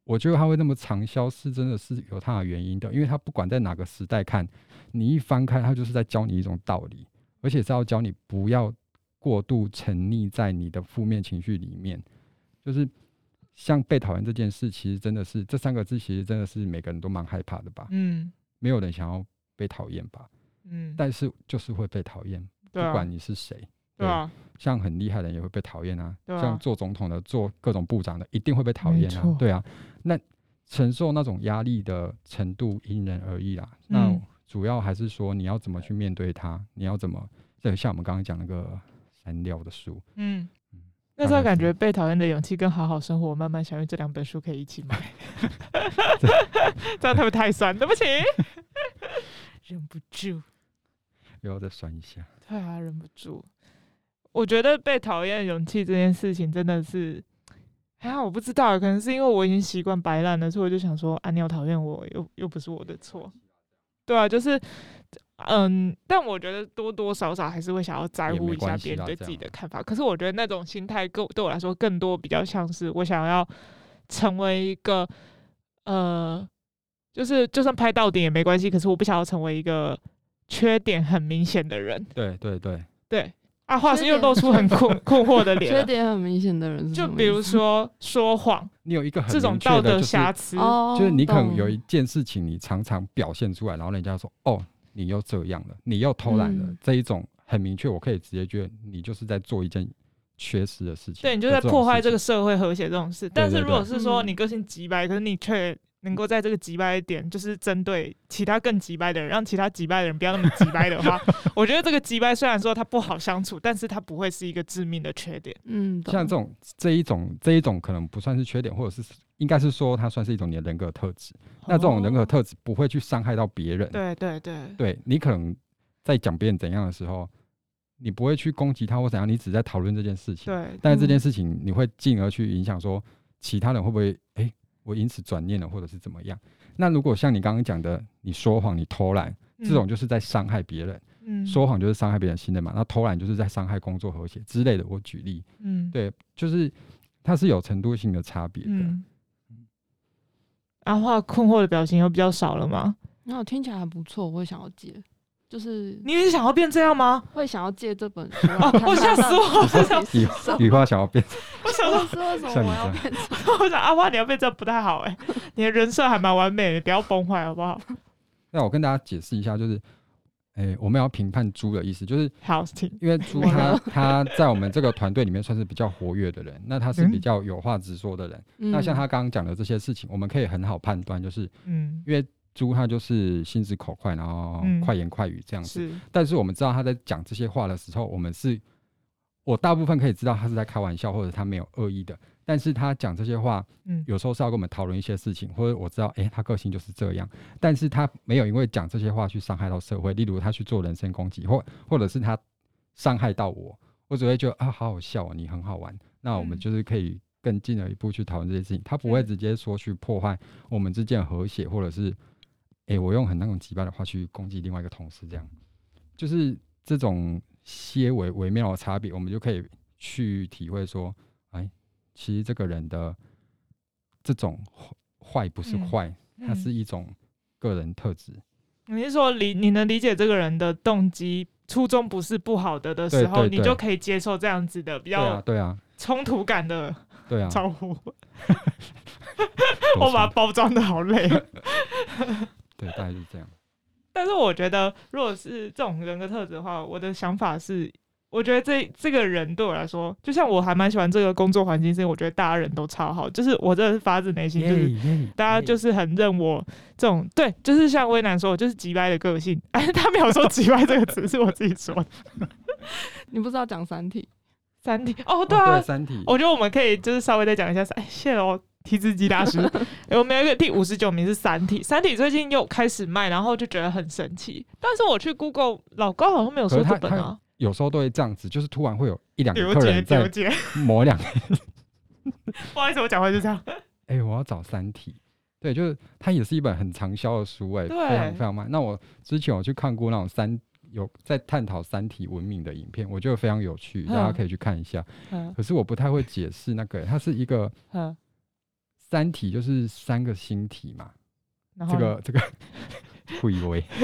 [SPEAKER 2] 我觉得它会那么长销，是真的是有它的原因的，因为它不管在哪个时代看，你一翻开，它就是在教你一种道理，而且是要教你不要过度沉溺在你的负面情绪里面，就是。像被讨厌这件事，其实真的是这三个字，其实真的是每个人都蛮害怕的吧？
[SPEAKER 1] 嗯
[SPEAKER 2] 没有人想要被讨厌吧？
[SPEAKER 1] 嗯，
[SPEAKER 2] 但是就是会被讨厌，不
[SPEAKER 1] 对啊
[SPEAKER 2] 管你是谁。
[SPEAKER 1] 对啊，
[SPEAKER 2] 像很厉害的人也会被讨厌啊，
[SPEAKER 1] 对啊
[SPEAKER 2] 像做总统的、做各种部长的，一定会被讨厌
[SPEAKER 1] 没
[SPEAKER 2] 啊
[SPEAKER 1] 错，
[SPEAKER 2] 对啊。那承受那种压力的程度因人而异啦。那
[SPEAKER 1] 嗯
[SPEAKER 2] 主要还是说你要怎么去面对它，你要怎么，就像我们刚刚讲那个删掉的书，
[SPEAKER 1] 嗯
[SPEAKER 2] 嗯。
[SPEAKER 1] 那时候
[SPEAKER 2] 大概
[SPEAKER 1] 感
[SPEAKER 2] 是
[SPEAKER 1] 觉《被讨厌的勇气》跟《好好生活》，我慢慢想，因为这两本书可以一起 买， 这样他们太酸，对不起，忍不住。
[SPEAKER 2] 又要再算一下。
[SPEAKER 1] 对啊，忍不住。我觉得被讨厌的勇气这件事情真的是，还好我不知道，可能是因为我已经习惯摆烂了，所以我就想说，啊，你要讨厌我，又又不是我的错。对啊，就是，嗯，但我觉得多多少少还是会想要在
[SPEAKER 2] 也
[SPEAKER 1] 乎
[SPEAKER 2] 没
[SPEAKER 1] 一下
[SPEAKER 2] 关系
[SPEAKER 1] 别人
[SPEAKER 2] 啦
[SPEAKER 1] 对
[SPEAKER 2] 这
[SPEAKER 1] 自己
[SPEAKER 2] 样啊
[SPEAKER 1] 的看法。可是我觉得那种心态更对我来说，更多比较像是我想要成为一个，呃，就是就算拍到顶也没关系，可是我不想要成为一个缺点很明显的人。
[SPEAKER 2] 对对对，
[SPEAKER 1] 对，阿华是
[SPEAKER 3] 缺
[SPEAKER 1] 又
[SPEAKER 3] 点
[SPEAKER 1] 露出很困困惑的脸
[SPEAKER 3] 缺
[SPEAKER 1] 了。
[SPEAKER 3] 点很明显的人是什
[SPEAKER 1] 就
[SPEAKER 3] 么意思，
[SPEAKER 1] 比如说说谎
[SPEAKER 2] 你有一个很
[SPEAKER 1] 这种
[SPEAKER 2] 明确
[SPEAKER 1] 道
[SPEAKER 2] 的
[SPEAKER 1] 德
[SPEAKER 2] 就是
[SPEAKER 1] 瑕疵，
[SPEAKER 3] 哦，
[SPEAKER 2] 就是你可能有
[SPEAKER 3] 懂
[SPEAKER 2] 一件事情，你常常表现出来，然后人家说：“哦，你又这样了，你又偷懒了。
[SPEAKER 3] 嗯
[SPEAKER 2] 这一种很明确，我可以直接觉得你就是在做一件缺失的事情。
[SPEAKER 1] 对你就在
[SPEAKER 2] 这种
[SPEAKER 1] 破坏
[SPEAKER 2] 事
[SPEAKER 1] 这个
[SPEAKER 2] 情
[SPEAKER 1] 社会和谐这种事。但是
[SPEAKER 2] 对
[SPEAKER 1] 如
[SPEAKER 2] 对
[SPEAKER 1] 果是说
[SPEAKER 3] 嗯
[SPEAKER 1] 你个性极白，可是你却能够在这个极白的点，就是针对其他更极白的人，让其他极白的人不要那么极白的 话，我觉得这个极白虽然说它不好相处，但是它不会是一个致命的缺点。
[SPEAKER 3] 嗯，懂
[SPEAKER 2] 像这种这一种这一种可能不算是缺点，或者是应该是说它算是一种你的人格特质。那这种人格
[SPEAKER 1] 哦，
[SPEAKER 2] 特质不会去伤害到别人。
[SPEAKER 1] 对对对，
[SPEAKER 2] 对你可能在讲别人怎样的时候，你不会去攻击他或怎样，你只在讨论这件事情。
[SPEAKER 1] 对
[SPEAKER 2] 但是这
[SPEAKER 3] 嗯
[SPEAKER 2] 件事情你会进而去影响说其他人会不会哎、诶我因此转念了，或者是怎么样？那如果像你刚刚讲的，你说谎、你偷懒，这种就是在伤害别人。
[SPEAKER 1] 嗯
[SPEAKER 2] 说谎就是伤害别人信任嘛，那偷懒就是在伤害工作和谐之类的。我举例，
[SPEAKER 1] 嗯
[SPEAKER 2] 对，就是它是有程度性的差别的。
[SPEAKER 1] 嗯，阿华困惑的表情又比较少了吗？
[SPEAKER 3] 然后听起来还不错，我会想要借，就是
[SPEAKER 1] 你也想要变这样 吗？
[SPEAKER 3] 会想要借这本书。啊
[SPEAKER 1] 哦，我吓死我！我想说，
[SPEAKER 2] 以以后想要变
[SPEAKER 1] 我想
[SPEAKER 3] 我
[SPEAKER 1] 说，
[SPEAKER 3] 不知道为什么
[SPEAKER 2] 像你
[SPEAKER 3] 我要
[SPEAKER 2] 这
[SPEAKER 3] 变成
[SPEAKER 1] 我想阿花，你要变这样不太好哎、你的人设还蛮完美的，不要崩坏好不好？
[SPEAKER 2] 那我跟大家解释一下，就是，哎、我们要评判猪的意思，就是
[SPEAKER 1] 好，请
[SPEAKER 2] 因为猪
[SPEAKER 3] 我
[SPEAKER 2] 他
[SPEAKER 3] 呢
[SPEAKER 2] 他在我们这个团队里面算是比较活跃的人，那他是
[SPEAKER 1] 嗯
[SPEAKER 2] 比较有话直说的人。
[SPEAKER 3] 嗯
[SPEAKER 2] 那像他刚刚讲的这些事情，我们可以很好判断，就是
[SPEAKER 1] 嗯，
[SPEAKER 2] 因为猪它就是心直口快，然后
[SPEAKER 1] 嗯
[SPEAKER 2] 快言快语这样子。
[SPEAKER 1] 是
[SPEAKER 2] 但是我们知道他在讲这些话的时候，我们是，我大部分可以知道他是在开玩笑，或者他没有恶意的。但是他讲这些话，
[SPEAKER 1] 嗯
[SPEAKER 2] 有时候是要跟我们讨论一些事情，或者我知道，诶，他个性就是这样。但是他没有因为讲这些话去伤害到社会，例如他去做人身攻击，或或者是他伤害到我，我只会觉得啊，好好笑、哦，你很好玩。那我
[SPEAKER 1] 嗯
[SPEAKER 2] 们就是可以更进了一步去讨论这些事情。他不会
[SPEAKER 1] 嗯
[SPEAKER 2] 直接说去破坏我们之间的和谐，或者是诶、我用很那种击败的话去攻击另外一个同事，这样就是这种些微微妙的差别，我们就可以去体会说，哎，其实这个人的这种坏坏不是
[SPEAKER 1] 嗯
[SPEAKER 2] 坏，它
[SPEAKER 1] 嗯
[SPEAKER 2] 是一种个人特质。
[SPEAKER 1] 你是说理你能理解这个人的动机初衷不是不好的的
[SPEAKER 2] 对
[SPEAKER 1] 时候，
[SPEAKER 2] 对
[SPEAKER 1] 你
[SPEAKER 2] 对
[SPEAKER 1] 就可以接受这样子的比
[SPEAKER 2] 对啊，
[SPEAKER 1] 较
[SPEAKER 2] 对啊，
[SPEAKER 1] 冲突感的
[SPEAKER 2] 对啊。
[SPEAKER 1] 招呼。
[SPEAKER 2] 多
[SPEAKER 1] 我把它
[SPEAKER 2] 说
[SPEAKER 1] 包装的好累哦，
[SPEAKER 2] 对，大概就是这样。
[SPEAKER 1] 但是我觉得如果是这种人格特质的话，我的想法是。我觉得这这个人对我来说，就像我还蛮喜欢这个工作环境，是因为我觉得大家人都超好，就是我真的是发自内心，就是大家就是是很认我这种，对，就是像威南说，我就是急掰的个性。 哎，他没有说急掰这个词，是我自己说的。
[SPEAKER 3] 你不知道讲三体，
[SPEAKER 1] 三体哦，对
[SPEAKER 2] 对
[SPEAKER 1] 啊，
[SPEAKER 2] 三体，
[SPEAKER 1] 我觉得我们可以就是稍微再讲一下三，哎，谢喽，提字机 大师。哎我们有一个第五十九名是《三体》，《三体》最近又开始卖，然后就觉得很神奇。但是我去 Google，老高好像没有说
[SPEAKER 2] 可是
[SPEAKER 1] 这
[SPEAKER 2] 他
[SPEAKER 1] 本啊
[SPEAKER 2] 他，有时候都会这样子，就是突然会有一两个
[SPEAKER 1] 刘
[SPEAKER 2] 客
[SPEAKER 1] 姐，
[SPEAKER 2] 人
[SPEAKER 1] 刘
[SPEAKER 2] 在
[SPEAKER 1] 姐，
[SPEAKER 2] 某两个，
[SPEAKER 1] 不好意思，我讲话就这样。
[SPEAKER 2] 哎、我要找《三体》。对，就是它也是一本很畅销的书、哎，非常
[SPEAKER 1] 对
[SPEAKER 2] 非常慢。那我之前有去看过那种三有在探讨《三体》文明的影片，我觉得非常有趣，大家
[SPEAKER 1] 嗯
[SPEAKER 2] 可以去看一下。
[SPEAKER 1] 嗯
[SPEAKER 2] 可是我不太会解释那个、哎它是一个《
[SPEAKER 1] 嗯，
[SPEAKER 2] 三体》，就是三个星体嘛，
[SPEAKER 1] 然后
[SPEAKER 2] 这个这个不以为，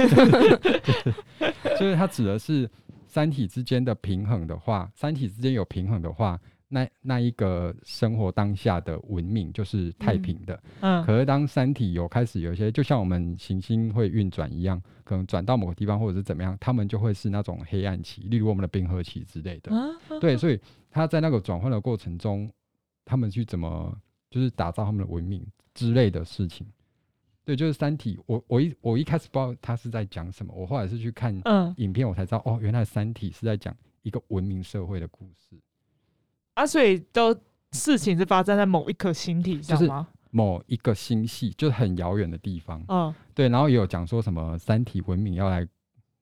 [SPEAKER 2] 就是它指的是三体之间的平衡的话，三体之间有平衡的话，那那一个生活当下的文明就是太平的。
[SPEAKER 1] 嗯
[SPEAKER 2] 可是当三体有开始有一些，就像我们行星会运转一样，可能转到某个地方或者是怎么样，他们就会是那种黑暗期，例如我们的冰河期之类的。
[SPEAKER 1] 啊
[SPEAKER 2] 对，所以他在那个转换的过程中，他们去怎么就是打造他们的文明之类的事情。对，就是《三体》我，我一我一开始不知道他是在讲什么，我后来是去看
[SPEAKER 1] 嗯
[SPEAKER 2] 影片，我才知道哦，原来《三体》是在讲一个文明社会的故事。
[SPEAKER 1] 啊，所以都事情是发生在某一颗星体上
[SPEAKER 2] 就是
[SPEAKER 1] 吗？
[SPEAKER 2] 某一个星系就是很遥远的地方，
[SPEAKER 1] 嗯，
[SPEAKER 2] 对，然后也有讲说什么三体文明要来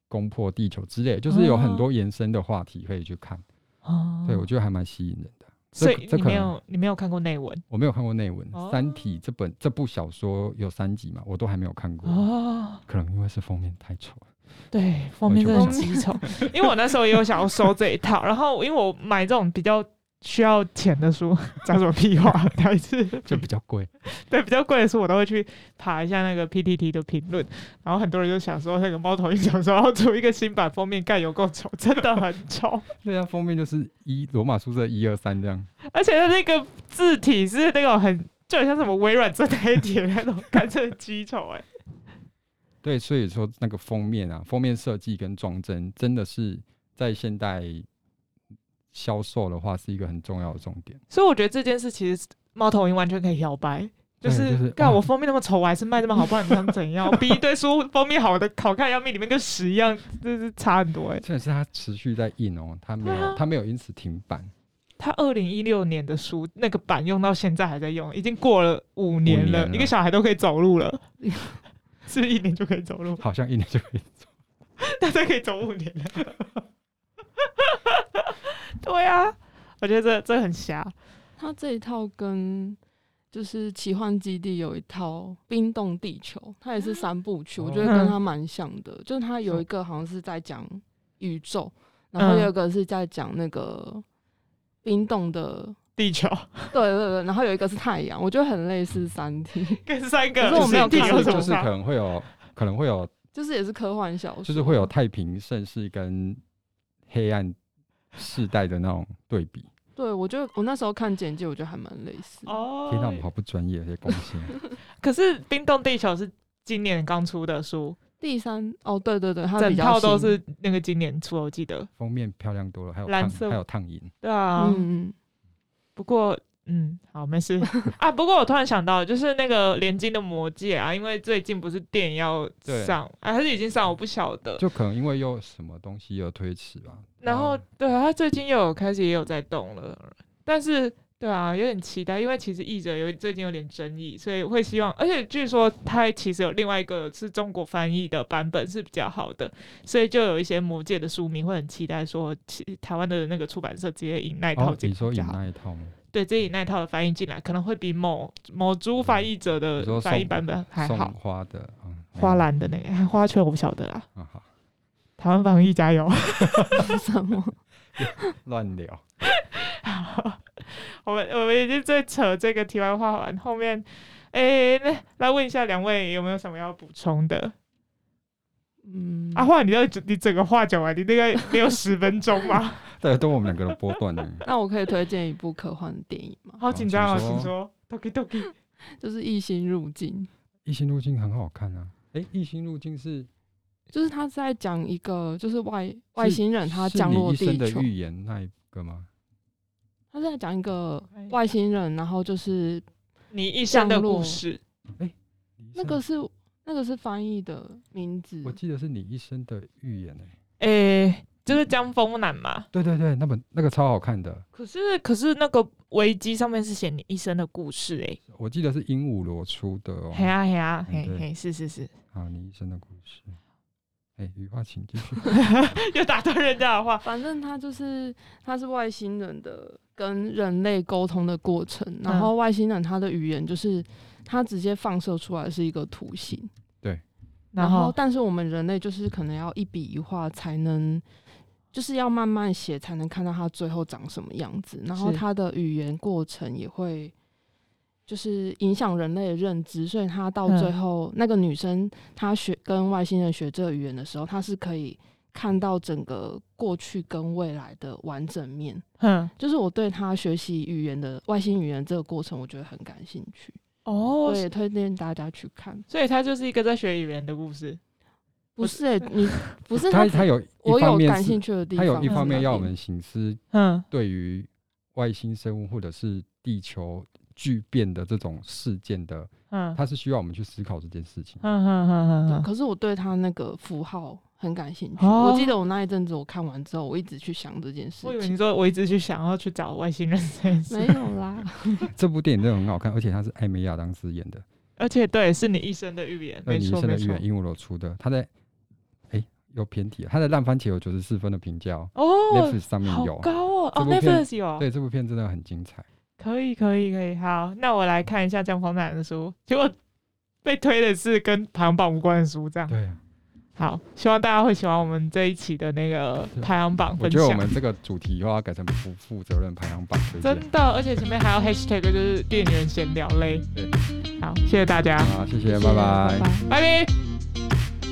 [SPEAKER 2] 攻破地球之类，就是有很多延伸的话题可以去看，
[SPEAKER 1] 哦
[SPEAKER 2] 对我觉得还蛮吸引人的。
[SPEAKER 1] 所
[SPEAKER 2] 这
[SPEAKER 1] 以
[SPEAKER 2] 这
[SPEAKER 1] 你
[SPEAKER 2] 可
[SPEAKER 1] 没
[SPEAKER 2] 能
[SPEAKER 1] 有你没有看过内文
[SPEAKER 2] 我没有看过内文，
[SPEAKER 1] 哦
[SPEAKER 2] 三体》这本这部小说有三集嘛，我都还没有看过，
[SPEAKER 1] 哦，
[SPEAKER 2] 可能因为是封面太丑了。
[SPEAKER 1] 对，封面真的很
[SPEAKER 3] 我就
[SPEAKER 1] 奇丑。 因为我那时候也有想要收这一套，然后因为我买这种比较需要钱的书，讲什么屁话， 还是
[SPEAKER 2] 就比较 贵。
[SPEAKER 1] 对比较贵的书，我都会去爬一下那个 PTT 的评论，然后很多人就想说那个猫头鹰小说要出一个新版封面，盖有够丑，真的很丑，
[SPEAKER 2] 对啊，封面就是一罗马数字一二三这样，
[SPEAKER 1] 而且它那个字体是那种很。就很像什么微软正黑体的那种，干脆基丑哎、
[SPEAKER 2] 对，所以说那个封面啊，封面设计跟装帧真的是在现代销售的话是一个很重要的重点。
[SPEAKER 1] 所以我觉得这件事其实猫头鹰完全可以摇摆，就
[SPEAKER 2] 对就是是
[SPEAKER 1] 干、
[SPEAKER 2] 哇
[SPEAKER 1] 我封面那么丑，我还是卖这么好，不然你想怎样？我逼一堆书封面好的好看要命，里面跟屎一样，这是差很多哎、
[SPEAKER 2] 真的是它持续在印哦，它没
[SPEAKER 1] 对啊
[SPEAKER 2] 有它没有因此停版，
[SPEAKER 1] 他二零一六年的书那个版用到现在还在用，已经过了五年了，
[SPEAKER 2] 五年了
[SPEAKER 1] 一个小孩都可以走路 了，是不是一年就可以走路？
[SPEAKER 2] 好像一年就可以。
[SPEAKER 1] 大家可以走五年了。 对啊，我觉得这这很瞎。
[SPEAKER 3] 它这一套跟就是奇幻基地有一套冰冻地球，它也是三部曲，我觉
[SPEAKER 1] 哦
[SPEAKER 3] 得
[SPEAKER 1] 嗯
[SPEAKER 3] 跟它蛮像的。就是它有一个好像是在讲宇宙，然后
[SPEAKER 1] 嗯
[SPEAKER 3] 有一个是在讲那个冰冻的，
[SPEAKER 1] 地球
[SPEAKER 3] 对对对，然后有一个是太阳，我觉得很类似三体，
[SPEAKER 1] 跟三个
[SPEAKER 3] 可是我没有
[SPEAKER 1] 地
[SPEAKER 3] 看
[SPEAKER 1] 球
[SPEAKER 3] 过
[SPEAKER 1] 什
[SPEAKER 2] 就
[SPEAKER 1] 么
[SPEAKER 2] 是可
[SPEAKER 1] 差？
[SPEAKER 2] 能会有可能会有
[SPEAKER 3] 就是也是科幻小说，
[SPEAKER 2] 就是会有太平盛世跟黑暗世代的那种对比。
[SPEAKER 3] 对，我觉得我那时候看简介，我觉得还蛮类似。
[SPEAKER 1] 哦
[SPEAKER 2] 听到我们好不专业，这些贡献。
[SPEAKER 1] 可是《冰冻地球》是今年刚出的书，
[SPEAKER 3] 第三哦，对对对，它
[SPEAKER 1] 整
[SPEAKER 3] 比较
[SPEAKER 1] 套都
[SPEAKER 3] 新
[SPEAKER 1] 是那个今年出，我记得。
[SPEAKER 2] 封面漂亮多了，还有
[SPEAKER 1] 蓝
[SPEAKER 2] 烫
[SPEAKER 1] 色
[SPEAKER 2] 还有烫银，
[SPEAKER 1] 对啊，
[SPEAKER 3] 嗯，
[SPEAKER 1] 不过。嗯，好，没 事啊。不过我突然想到，就是那个连襟的魔戒啊，因为最近不是电影要
[SPEAKER 2] 对
[SPEAKER 1] 上，啊，还是已经上，我不晓得。
[SPEAKER 2] 就可能因为又什么东西而推迟吧。
[SPEAKER 1] 然后，对啊，他最近又有开始也有在动了，但是对啊，有点期待，因为其实译者有最近有点争议，所以会希望，而且据说它其实有另外一个是中国翻译的版本是比较好的，所以就有一些魔界的书迷会很期待说，其台湾的那个出版社直接引那一套
[SPEAKER 2] 哦，
[SPEAKER 1] 进
[SPEAKER 2] 你
[SPEAKER 1] 来
[SPEAKER 2] 说
[SPEAKER 1] 比
[SPEAKER 2] 引
[SPEAKER 1] 较好，
[SPEAKER 2] 那一套吗？
[SPEAKER 1] 对，直接引那一套的翻译进来，可能会比某某株翻译者
[SPEAKER 2] 嗯你说
[SPEAKER 1] 的
[SPEAKER 2] 送
[SPEAKER 1] 翻译版本还
[SPEAKER 2] 送
[SPEAKER 1] 好。
[SPEAKER 2] 花的，嗯，
[SPEAKER 1] 花篮的那个哎花圈我不晓得啊，
[SPEAKER 2] 没有，啊好，
[SPEAKER 1] 台湾翻译加油！
[SPEAKER 3] 什么？
[SPEAKER 2] 乱聊。
[SPEAKER 1] 我们我们已经在扯这个题外话完，后面，哎、那来问一下两位有没有什么要补充的？
[SPEAKER 3] 嗯，
[SPEAKER 1] 阿华，你要你整个话讲完，你大概没有十分钟吗？
[SPEAKER 2] 对，都我们两个人波段呢。
[SPEAKER 3] 那我可以推荐一部科幻的电影吗？
[SPEAKER 1] 好紧张啊，
[SPEAKER 2] 请
[SPEAKER 1] 请
[SPEAKER 2] 说
[SPEAKER 1] 说。Doki Doki，
[SPEAKER 3] 就是《异星入境
[SPEAKER 2] 异星路径很好看啊。哎，异星路径是》，
[SPEAKER 3] 就是他在讲一个就是外外星人他
[SPEAKER 2] 是
[SPEAKER 3] 降
[SPEAKER 2] 你
[SPEAKER 3] 落
[SPEAKER 2] 一
[SPEAKER 3] 地
[SPEAKER 2] 生的
[SPEAKER 3] 球，
[SPEAKER 2] 预言那一个吗？
[SPEAKER 3] 他是在讲一个外星人，然后就是
[SPEAKER 1] 你一生的
[SPEAKER 3] 降落
[SPEAKER 1] 故事，
[SPEAKER 2] 你一
[SPEAKER 3] 那
[SPEAKER 2] 生
[SPEAKER 3] 个是那个是翻译的名
[SPEAKER 1] 嗯
[SPEAKER 3] 字，
[SPEAKER 2] 我记得是你一生的预言哎、
[SPEAKER 1] 哎、就是江枫南嘛。
[SPEAKER 2] 对对对，那本那个超好看的，
[SPEAKER 1] 可是可是那个维基上面是写你一生的故事、
[SPEAKER 2] 我记得是鹦鹉螺出的哦
[SPEAKER 1] 哎、。嘿啊嘿啊
[SPEAKER 2] 嗯
[SPEAKER 1] 嘿
[SPEAKER 2] 对
[SPEAKER 1] 嘿，是是是，
[SPEAKER 2] 啊，你一生的故事。哎，余话请 继续。
[SPEAKER 1] 又打断人家的话。
[SPEAKER 3] 反正他就是他是外星人的跟人类沟通的过程，然后外星人他的语言就是他直接放射出来是一个图形，
[SPEAKER 1] 然
[SPEAKER 3] 后
[SPEAKER 1] 后
[SPEAKER 3] 但是我们人类就是可能要一笔一画才能。就是要慢慢写才能看到它最后长什么样子，然后
[SPEAKER 1] 是
[SPEAKER 3] 它的语言过程也会就是影响人类的认知，所以他到
[SPEAKER 1] 嗯
[SPEAKER 3] 最后、那个女生她学跟外星人学这个语言的时候，她是可以看到整个过去跟未来的完整面。
[SPEAKER 1] 嗯
[SPEAKER 3] 就是我对他学习语言的外星语言这个过程，我觉得很感兴趣，
[SPEAKER 1] 哦
[SPEAKER 3] 我，也推荐大家去看。
[SPEAKER 1] 所以它就是一个在学语言的故事。
[SPEAKER 3] 不是、欸、 你，不是
[SPEAKER 2] 他
[SPEAKER 3] 只
[SPEAKER 2] 他有
[SPEAKER 3] 我
[SPEAKER 2] 一
[SPEAKER 3] 有
[SPEAKER 2] 方面
[SPEAKER 3] 感
[SPEAKER 2] 是
[SPEAKER 3] 兴，趣的地
[SPEAKER 2] 他
[SPEAKER 3] 方，
[SPEAKER 2] 有一方面
[SPEAKER 3] 是
[SPEAKER 2] 要我们醒思
[SPEAKER 1] 嗯，
[SPEAKER 2] 对于外星生物或者是地球巨变的这种事件的，
[SPEAKER 1] 嗯，
[SPEAKER 2] 它是需要我们去思考这件事情。
[SPEAKER 1] 嗯嗯嗯
[SPEAKER 3] 对
[SPEAKER 1] 嗯，
[SPEAKER 3] 可是我对他那个符号很感兴趣。
[SPEAKER 1] 哦
[SPEAKER 3] 我记得我那一阵子我看完之后，我一直去想这件事
[SPEAKER 1] 我以为你
[SPEAKER 3] 情。
[SPEAKER 1] 说我一直去想要去找外星人这件事
[SPEAKER 3] 没有啦，
[SPEAKER 2] 这部电影真的很好看，而且它是艾美亚当斯演的，
[SPEAKER 1] 而且对，是你一生的预言，
[SPEAKER 2] 那
[SPEAKER 1] 没
[SPEAKER 2] 你一
[SPEAKER 1] 错
[SPEAKER 2] 生
[SPEAKER 1] 没
[SPEAKER 2] 的预
[SPEAKER 1] 错。
[SPEAKER 2] 言鹦鹉螺出的，它在哎又偏题了，它的烂番茄有九十四分的评价哦
[SPEAKER 1] 哦，
[SPEAKER 2] ，Netflix 上面
[SPEAKER 1] 好
[SPEAKER 2] 有。啊
[SPEAKER 1] 高哦，
[SPEAKER 2] 这
[SPEAKER 1] 哦
[SPEAKER 2] 部片
[SPEAKER 1] ，Netflix 有，
[SPEAKER 2] 对，这部片真的很精彩。
[SPEAKER 1] 可以可以可以，好，那我来看一下江峰南的书，结果被推的是跟排行榜无关的书，这样
[SPEAKER 2] 对，
[SPEAKER 1] 好，希望大家会喜欢我们这一期的那个排行榜
[SPEAKER 2] 我
[SPEAKER 1] 分
[SPEAKER 2] 觉得我
[SPEAKER 1] 享。
[SPEAKER 2] 们这个主题又要改成不负责任排行榜推荐
[SPEAKER 1] 真。的，而且前面还有 hashtag 就是店员闲聊嘞
[SPEAKER 2] 对。
[SPEAKER 1] 好，谢谢大家，
[SPEAKER 2] 好， 谢谢，
[SPEAKER 3] 啊谢谢拜拜。
[SPEAKER 1] 拜拜。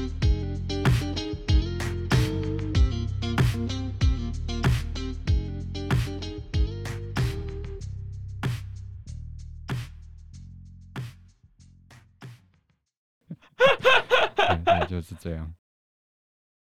[SPEAKER 2] 嗯对，就是这样。